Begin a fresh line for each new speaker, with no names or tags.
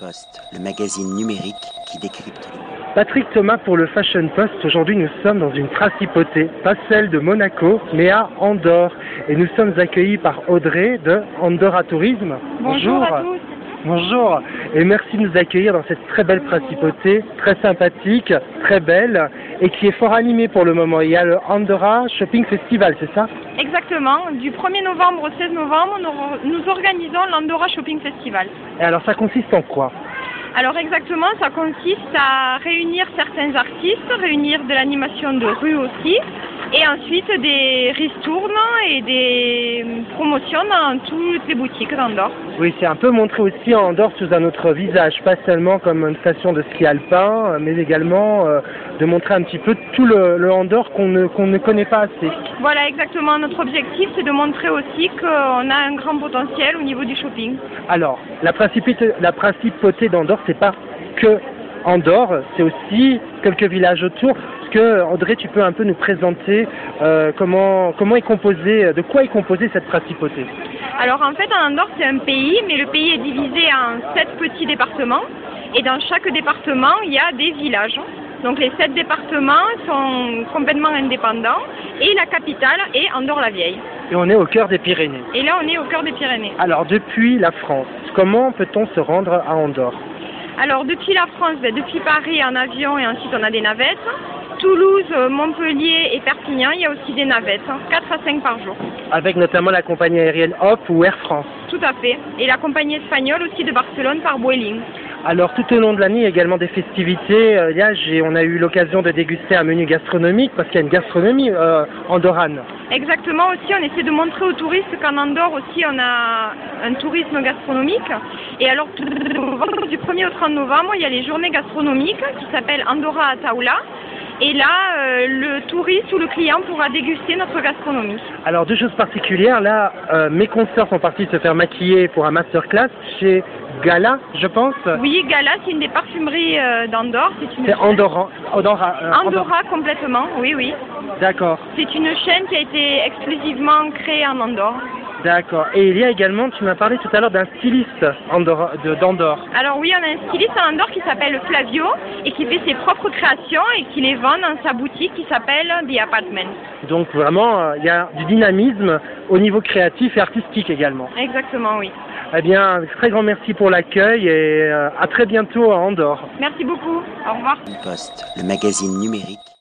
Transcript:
Post, le magazine numérique qui décrypte le monde.
Patrick Thomas pour le Fashion Post. Aujourd'hui, nous sommes dans une principauté, pas celle de Monaco, mais à Andorre. Et nous sommes accueillis par Audrey de Andorra Tourisme.
Bonjour, à tous.
Bonjour et merci de nous accueillir dans cette très belle principauté, très sympathique, très belle et qui est fort animée pour le moment. Il y a le Andorra Shopping Festival, c'est ça
Exactement. Du 1er novembre au 16 novembre, nous, nous organisons l'Andorra Shopping Festival.
Et alors ça consiste en quoi
Alors exactement, ça consiste à réunir certains artistes, réunir de l'animation de rue aussi, et ensuite des ristournes et des promotions dans toutes les boutiques d'Andorre.
Oui, c'est un peu montré aussi en Andorre sous un autre visage, pas seulement comme une station de ski alpin, mais également euh, de montrer un petit peu tout le, le Andorre qu'on ne, qu'on ne connaît pas assez.
Voilà exactement notre objectif, c'est de montrer aussi qu'on a un grand potentiel au niveau du shopping.
Alors, la principauté, la principauté d'Andorre, c'est pas que Andorre, c'est aussi quelques villages autour. Est-ce que André, tu peux un peu nous présenter euh, comment comment est composé, de quoi est composée cette principauté
Alors en fait, en Andorre, c'est un pays, mais le pays est divisé en sept petits départements. Et dans chaque département, il y a des villages. Donc les sept départements sont complètement indépendants. Et la capitale est Andorre-la-Vieille.
Et on est au cœur des Pyrénées.
Et là, on est au cœur des Pyrénées.
Alors depuis la France, comment peut-on se rendre à Andorre
Alors depuis la France, ben, depuis Paris en avion et ensuite on a des navettes. Toulouse, euh, Montpellier et Perpignan, il y a aussi des navettes, 4 à 5 par jour.
Avec notamment la compagnie aérienne Hop ou Air France.
Tout à fait. Et la compagnie espagnole aussi de Barcelone par Vueling.
Alors tout au long de l'année, il y a également des festivités. Euh, Là, j'ai- on a eu l'occasion de déguster un menu gastronomique parce qu'il y a une gastronomie euh, andorrane.
Exactement aussi, on essaie de montrer aux touristes qu'en Andorre aussi on a un tourisme gastronomique. Et alors tout novembre, du 1er au 30 novembre, il y a les journées gastronomiques qui s'appellent Andorra à Taula. Et là, euh, le touriste ou le client pourra déguster notre gastronomie.
Alors deux choses particulières. Là, euh, mes consoeurs sont partis se faire maquiller pour un masterclass chez Gala, je pense.
Oui, Gala, c'est une des parfumeries euh, d'Andorre. C'est une
C'est Andorra. Andorra. euh,
Andorra complètement, oui, oui.
Andorra. D'accord,
C'est une chaîne qui a été exclusivement créée en Andorre.
d'accord. Et il y a également, tu m'as parlé tout à l'heure d'un styliste Andorra- de- d'Andorre.
Alors oui, on a un styliste à Andorre qui s'appelle Flavio et qui fait ses propres créations et qui les vend dans sa boutique qui s'appelle The Apartment.
Donc vraiment, euh, il y a du dynamisme au niveau créatif et artistique également.
Exactement, oui.
Eh bien, un très grand merci pour l'accueil et euh, à très bientôt à Andorre.
Merci beaucoup. Au revoir.
Post, le magazine numérique